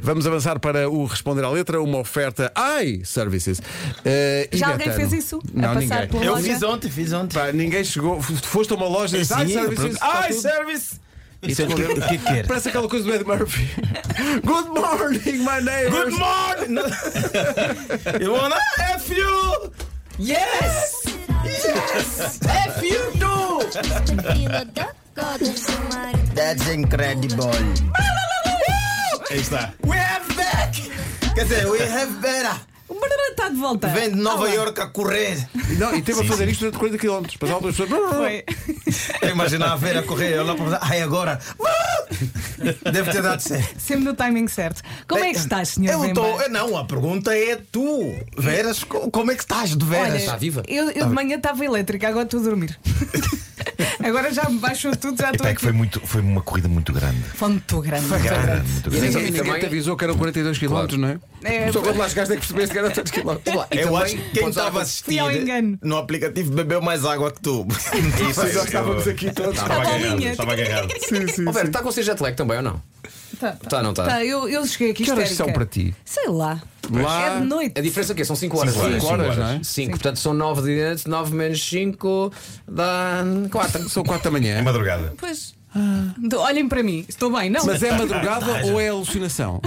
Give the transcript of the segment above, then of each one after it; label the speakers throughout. Speaker 1: Vamos avançar para o Responder à Letra, uma oferta AI Services. Eh,
Speaker 2: Já
Speaker 1: Ivete
Speaker 2: alguém
Speaker 1: Ano.
Speaker 2: fez isso?
Speaker 1: Não,
Speaker 2: a passar
Speaker 1: ninguém.
Speaker 3: É
Speaker 2: pela
Speaker 4: Eu
Speaker 2: loja?
Speaker 4: fiz ontem, fiz ontem.
Speaker 1: Pá, ninguém chegou. F- Foste a uma loja e disse AI
Speaker 4: Sim,
Speaker 1: Services.
Speaker 4: pronto, está
Speaker 1: AI
Speaker 4: tudo.
Speaker 1: Service!
Speaker 4: Isso é o que, o que quer.
Speaker 1: Parece aquela coisa do Ed Murphy. Good morning, my neighbors.
Speaker 4: Good morning! you wanna F you! Yes! Yes! F you too!
Speaker 3: That's incredible.
Speaker 4: Aí está.
Speaker 3: We have back! Quer dizer, we have better.
Speaker 2: O Bárbara está de volta.
Speaker 3: Vem de Nova
Speaker 2: Olá.
Speaker 3: York a correr.
Speaker 1: Não, e teve a fazer isto durante 40 km. Passava pelas pessoas.
Speaker 2: Foi.
Speaker 3: Eu imaginava a ver a correr, eu lá para ai agora. Ah! Deve ter dado certo.
Speaker 2: Sempre no timing certo. Como é que estás, senhor?
Speaker 3: Eu
Speaker 2: Bemba?
Speaker 3: estou. Não, a pergunta é tu. Veras, co- como é que estás de
Speaker 2: Olha,
Speaker 3: veras?
Speaker 2: Eu, eu de manhã estava elétrica, agora estou a dormir. agora já me baixou tudo, já estou
Speaker 5: Epá, é que
Speaker 2: aqui.
Speaker 5: foi, muito, foi uma corrida muito grande.
Speaker 2: Foi muito grande.
Speaker 5: Grande, muito grande.
Speaker 1: Ninguém, ninguém te avisou que eram 42 km, não é?
Speaker 2: É,
Speaker 1: Só quando lá chegaste é que percebeste que eram tantos quilómetros.
Speaker 3: Eu acho que quem estava
Speaker 6: assim,
Speaker 3: a assistir
Speaker 2: Fui ao engano.
Speaker 3: no aplicativo bebeu mais água que tu.
Speaker 1: Mas já estávamos aqui todos.
Speaker 2: a
Speaker 6: Estava agarrado,
Speaker 2: bolinha.
Speaker 6: estava agarrado. Ó, Vera, está tá com seja jet lag também ou não?
Speaker 2: Tá,
Speaker 6: Tá, não tá?
Speaker 2: Tá, eu, eu cheguei aqui
Speaker 1: Que horas
Speaker 2: histérica.
Speaker 1: são para ti?
Speaker 2: Sei lá.
Speaker 1: Lá-
Speaker 2: É de noite.
Speaker 6: A diferença é o quê? São 5 horas.
Speaker 1: Cinco horas,
Speaker 6: Cinco
Speaker 1: não é?
Speaker 6: Cinco, portanto são 9 de antes, 9 menos 5 dá 4.
Speaker 1: São 4 da
Speaker 6: manhã.
Speaker 1: manhã.
Speaker 6: É
Speaker 5: Madrugada.
Speaker 2: Pois. De- Olhem para mim, estou bem, não?
Speaker 1: Mas é madrugada ou é alucinação?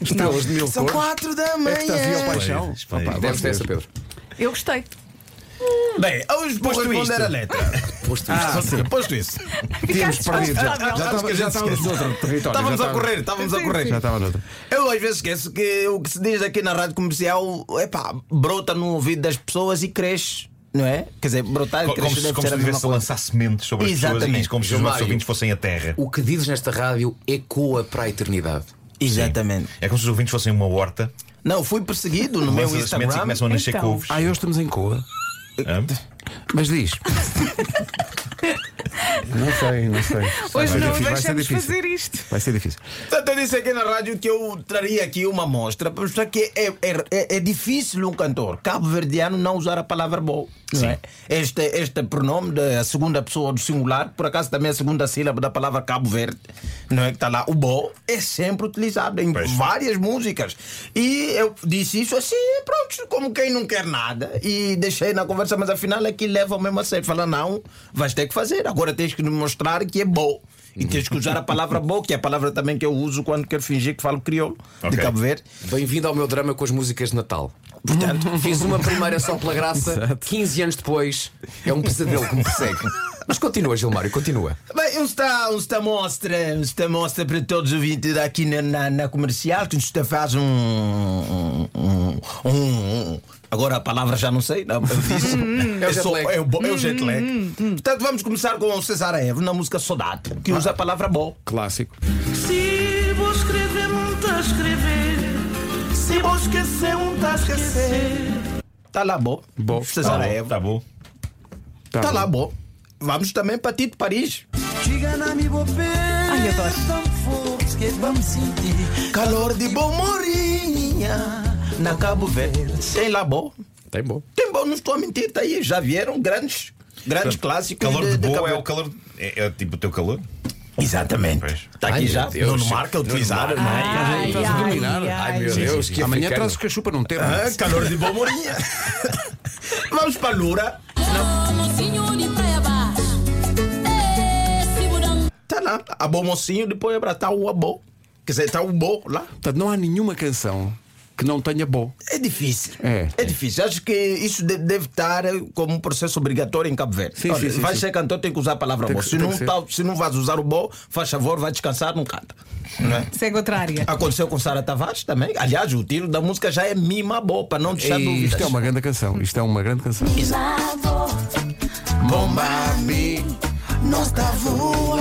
Speaker 1: Estrelas de mil
Speaker 3: São
Speaker 1: cores.
Speaker 3: quatro da
Speaker 1: É que está a
Speaker 3: manhã.
Speaker 1: paixão.
Speaker 5: Pois, pois.
Speaker 1: Opa,
Speaker 6: Deve
Speaker 1: vamos
Speaker 6: ser
Speaker 1: ver.
Speaker 6: essa, Pedro.
Speaker 2: Eu gostei.
Speaker 3: Bem, hoje vou
Speaker 5: Posto
Speaker 3: responder
Speaker 5: isto.
Speaker 3: a letra.
Speaker 6: Posto
Speaker 3: Ah, sim, posto isso.
Speaker 1: Tínhamos
Speaker 2: Ficaste
Speaker 1: perdido. Já,
Speaker 2: confortável.
Speaker 1: já, estava- já estávamos
Speaker 3: esquece.
Speaker 1: noutro território.
Speaker 3: Estávamos
Speaker 1: já
Speaker 3: a correr, estávamos a
Speaker 2: Sim,
Speaker 3: correr.
Speaker 1: Já estava noutro.
Speaker 3: Eu às vezes esqueço que o que se diz aqui na rádio comercial epá, brota no ouvido das pessoas e cresce, não é? Quer dizer, brotar e
Speaker 5: Co- Como,
Speaker 3: crescer
Speaker 5: se-
Speaker 3: deve
Speaker 5: como
Speaker 3: ser
Speaker 5: se
Speaker 3: a mesma
Speaker 5: estivesse a
Speaker 3: coisa.
Speaker 5: lançar sementes sobre as pessoas
Speaker 3: Exatamente.
Speaker 5: e como se os nossos
Speaker 6: Mário.
Speaker 5: ouvintes fossem a terra.
Speaker 6: O que dizes nesta rádio ecoa para a eternidade.
Speaker 3: Exatamente.
Speaker 5: É como se os ouvintes fossem uma horta,
Speaker 3: Não, fui perseguido no meu
Speaker 5: lanças as sementes e
Speaker 3: Instagram.
Speaker 5: começam a nascer
Speaker 2: Então.
Speaker 5: couves.
Speaker 1: Ah, hoje estamos em Coa.
Speaker 5: Hã?
Speaker 1: Mas diz. Não sei, não sei.
Speaker 2: Hoje não
Speaker 1: difícil, vai ser
Speaker 2: deixamos
Speaker 1: difícil.
Speaker 2: fazer isto.
Speaker 1: Vai ser difícil.
Speaker 3: Portanto, eu disse aqui na rádio que eu traria aqui uma amostra para mostrar que é, é- é- é difícil um cantor cabo-verdiano não usar a palavra bom. Não é? Este, este pronome da segunda pessoa do singular, por acaso também é a segunda sílaba da palavra Cabo Verde, não é que está lá, o bom, é sempre utilizado em
Speaker 5: Pois.
Speaker 3: várias músicas. E eu disse isso assim, pronto, como quem não quer nada. E deixei na conversa, mas afinal é que leva mesmo a sério. Fala, não, vais ter que fazer, agora tens que demonstrar que é bom. E tens que usar a palavra bom, que é a palavra também que eu uso quando quero fingir que falo crioulo de
Speaker 5: Ok.
Speaker 3: Cabo Verde.
Speaker 6: Bem-vindo ao meu drama com as músicas de Natal. Portanto, fiz uma primeira só pela graça, 15 anos depois, é um pesadelo que me persegue. Mas continua, Gilmário, continua.
Speaker 3: Bem, uns está, uns está mostra, uns está mostra para todos os ouvintes daqui na, na, na comercial, que uns está faz um, um, um- um- Agora a palavra já não sei,
Speaker 7: Mm,
Speaker 3: não, eu disse.
Speaker 6: É o
Speaker 3: É
Speaker 6: jet
Speaker 3: só-
Speaker 6: lag.
Speaker 3: é o bo- é o jet lag. Portanto, vamos começar com o César Evo na música Saudade, que usa a
Speaker 7: Ah.
Speaker 3: palavra bom.
Speaker 1: Clássico.
Speaker 7: Se vou escrever, não tá a escrever. Se vou esquecer, não tá a esquecer.
Speaker 3: Está Tá lá bom.
Speaker 1: Bom.
Speaker 3: César
Speaker 5: Tá bom,
Speaker 3: Evo.
Speaker 5: Tá bom. Tá
Speaker 3: Está Tá lá bom. Vamos também para Tito Paris.
Speaker 2: Ai, adoro.
Speaker 3: Calor de bom morinha na Cabo Verde. Tem lá bom.
Speaker 6: Tem bom.
Speaker 3: Tem bom, não estou a mentir, tá aí. Já vieram grandes, grandes clássicos.
Speaker 5: Calor de
Speaker 3: Cabo
Speaker 5: boa é
Speaker 3: Verde.
Speaker 5: o calor. É, é tipo o teu calor?
Speaker 3: Exatamente.
Speaker 5: Pois.
Speaker 3: Está aqui
Speaker 6: Ai,
Speaker 3: já.
Speaker 6: meu Deus.
Speaker 3: Nuno Marco a utilizar. não é?
Speaker 2: Ai,
Speaker 1: Estás a dominar.
Speaker 2: ai,
Speaker 6: Ai meu
Speaker 2: ai.
Speaker 6: Deus, que
Speaker 1: Amanhã
Speaker 6: africano.
Speaker 1: trazes cachupa num tempo.
Speaker 3: Ah, calor de bom morinha. Vamos para Lura. Está Tá lá. A bom mocinho, depois está o abô. Quer dizer, está o bom lá.
Speaker 1: Portanto, não há nenhuma canção que não tenha bom.
Speaker 3: É difícil.
Speaker 1: É.
Speaker 3: difícil. Acho que isso de- deve estar eh, como um processo obrigatório em Cabo Verde.
Speaker 1: Sim, sim, sim,
Speaker 3: vai
Speaker 1: sim.
Speaker 3: ser cantor, tem que usar a palavra
Speaker 1: Tem
Speaker 3: bom.
Speaker 1: que-
Speaker 3: Se,
Speaker 1: tem
Speaker 3: não
Speaker 1: que ser.
Speaker 3: tá- se não vais usar o bom, faz favor, vai descansar, não canta. Não é?
Speaker 2: Segue outra área.
Speaker 3: Aconteceu com Sara Tavares também. Aliás, o tiro da música já é mima boa, para não deixar
Speaker 1: E
Speaker 3: dúvidas.
Speaker 1: isto é uma grande canção. Isto é uma grande canção.
Speaker 3: Bombabi, nós tá voa.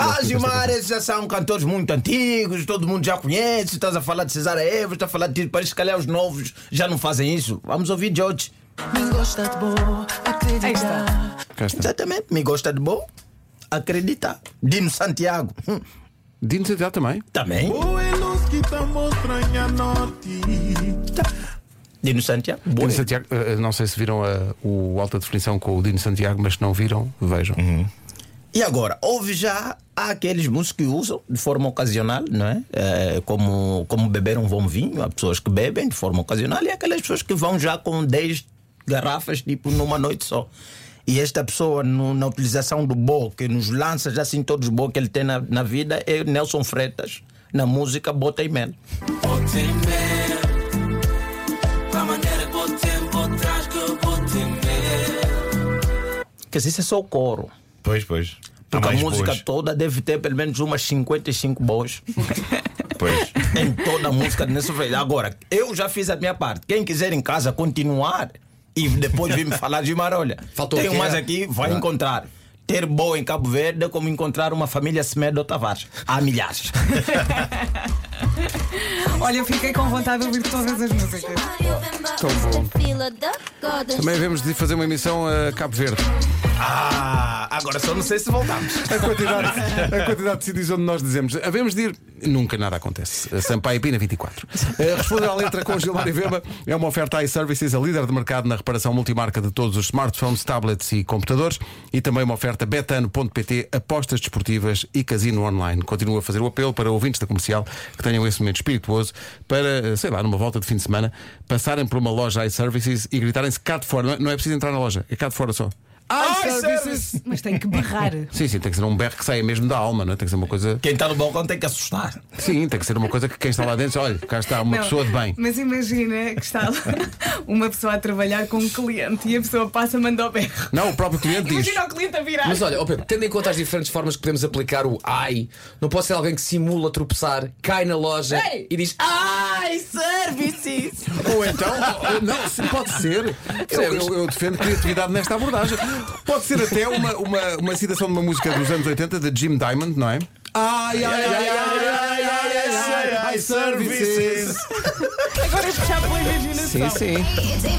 Speaker 3: Ah, Gilmar, esses já são cantores muito antigos, todo mundo já conhece. Estás a falar de Cesar Evas, estás a falar de Tito Paris, se calhar os novos já não fazem isso. Vamos ouvir George.
Speaker 7: Me gosta de boa,
Speaker 2: Aí
Speaker 7: acredita.
Speaker 2: está.
Speaker 1: Cá está.
Speaker 3: Exatamente, me gosta de bom. Acredita. Dino Santiago. Hum,
Speaker 1: Dino Santiago também.
Speaker 3: Também.
Speaker 7: Oi, luz que tá mostrando a norte.
Speaker 3: Dino Santiago.
Speaker 1: Dino
Speaker 3: Boa.
Speaker 1: Santiago, eh, não sei se viram a, o Alta Definição com o Dino Santiago, mas se não viram, vejam.
Speaker 3: E agora, houve já há aqueles músicos que usam de forma ocasional, não é? Eh, como, como beber um bom vinho, há pessoas que bebem de forma ocasional e há aquelas pessoas que vão já com 10 garrafas, tipo, numa noite só. E esta pessoa, no- na utilização do bo, que nos lança já assim todos os bo que ele tem na, na vida, é Nelson Freitas, na música Bota e Mel.
Speaker 7: Bota e meia Com a maneira que o tempo traz que eu bota e meia
Speaker 3: Quer dizer, isso é só o coro.
Speaker 5: Pois, pois. Há
Speaker 3: Porque a
Speaker 5: mais
Speaker 3: música
Speaker 5: boas.
Speaker 3: toda deve ter pelo menos umas 55 boas.
Speaker 5: Pois.
Speaker 3: em toda a música de Nelson Freitas. Agora, eu já fiz a minha parte. Quem quiser em casa continuar e depois vir me falar de Marolha,
Speaker 6: Faltou
Speaker 3: tenho
Speaker 6: o quê?
Speaker 4: né?
Speaker 3: mais aqui,
Speaker 4: É.
Speaker 3: vai encontrar. Ter boa em Cabo Verde é como encontrar uma família Semedo Tavares. Há milhares.
Speaker 2: Olha, eu fiquei com vontade de ouvir todas as músicas.
Speaker 1: Também vemos de fazer uma emissão a Cabo Verde.
Speaker 4: Ah, agora só não sei se voltamos.
Speaker 1: A quantidade, a quantidade de sítios onde nós dizemos havemos de ir, nunca nada acontece. Sampaio e Pina 24. Eh, Responder à letra com Gilmar e Vema é uma oferta à iServices, a líder de mercado na reparação multimarca de todos os smartphones, tablets e computadores. E também uma oferta betano.pt, apostas desportivas e casino online. Continuo a fazer o apelo para ouvintes da comercial que tenham esse momento espirituoso para, eh, sei lá, numa volta de fim de semana, passarem por uma loja iServices e gritarem-se cá de fora. Não é, não é preciso entrar na loja, é cá de fora só. iServices!
Speaker 2: é Mas tem que barrar.
Speaker 1: Sim, sim, tem que ser um berro que saia mesmo da alma, não é? Tem que ser uma coisa.
Speaker 3: Quem está no balcão tem que assustar.
Speaker 1: Sim, tem que ser uma coisa que quem está lá dentro, olha, cá está uma
Speaker 2: Não,
Speaker 1: pessoa de bem.
Speaker 2: Mas imagina que está lá uma pessoa a trabalhar com um cliente e a pessoa passa manda o berro.
Speaker 1: Não, o próprio cliente diz.
Speaker 2: Imagina o cliente a virar.
Speaker 6: Mas olha, ó Pedro, tendo em conta as diferentes formas que podemos aplicar o ai, não pode ser alguém que simula tropeçar, cai na loja
Speaker 2: Ei!
Speaker 6: e diz ai, services!
Speaker 1: Ou então, ou- não, se pode ser. Eu, eu, eu defendo criatividade nesta abordagem. Pode ser até uma, uma, uma citação de uma música dos anos 80 de Jim Diamond, não é? Ai, ai, ai, ai, ai, ai, ai, ai, ai, ai, services.
Speaker 2: Agora já pela
Speaker 1: Sim,
Speaker 2: imaginação.
Speaker 1: sim.
Speaker 8: It's even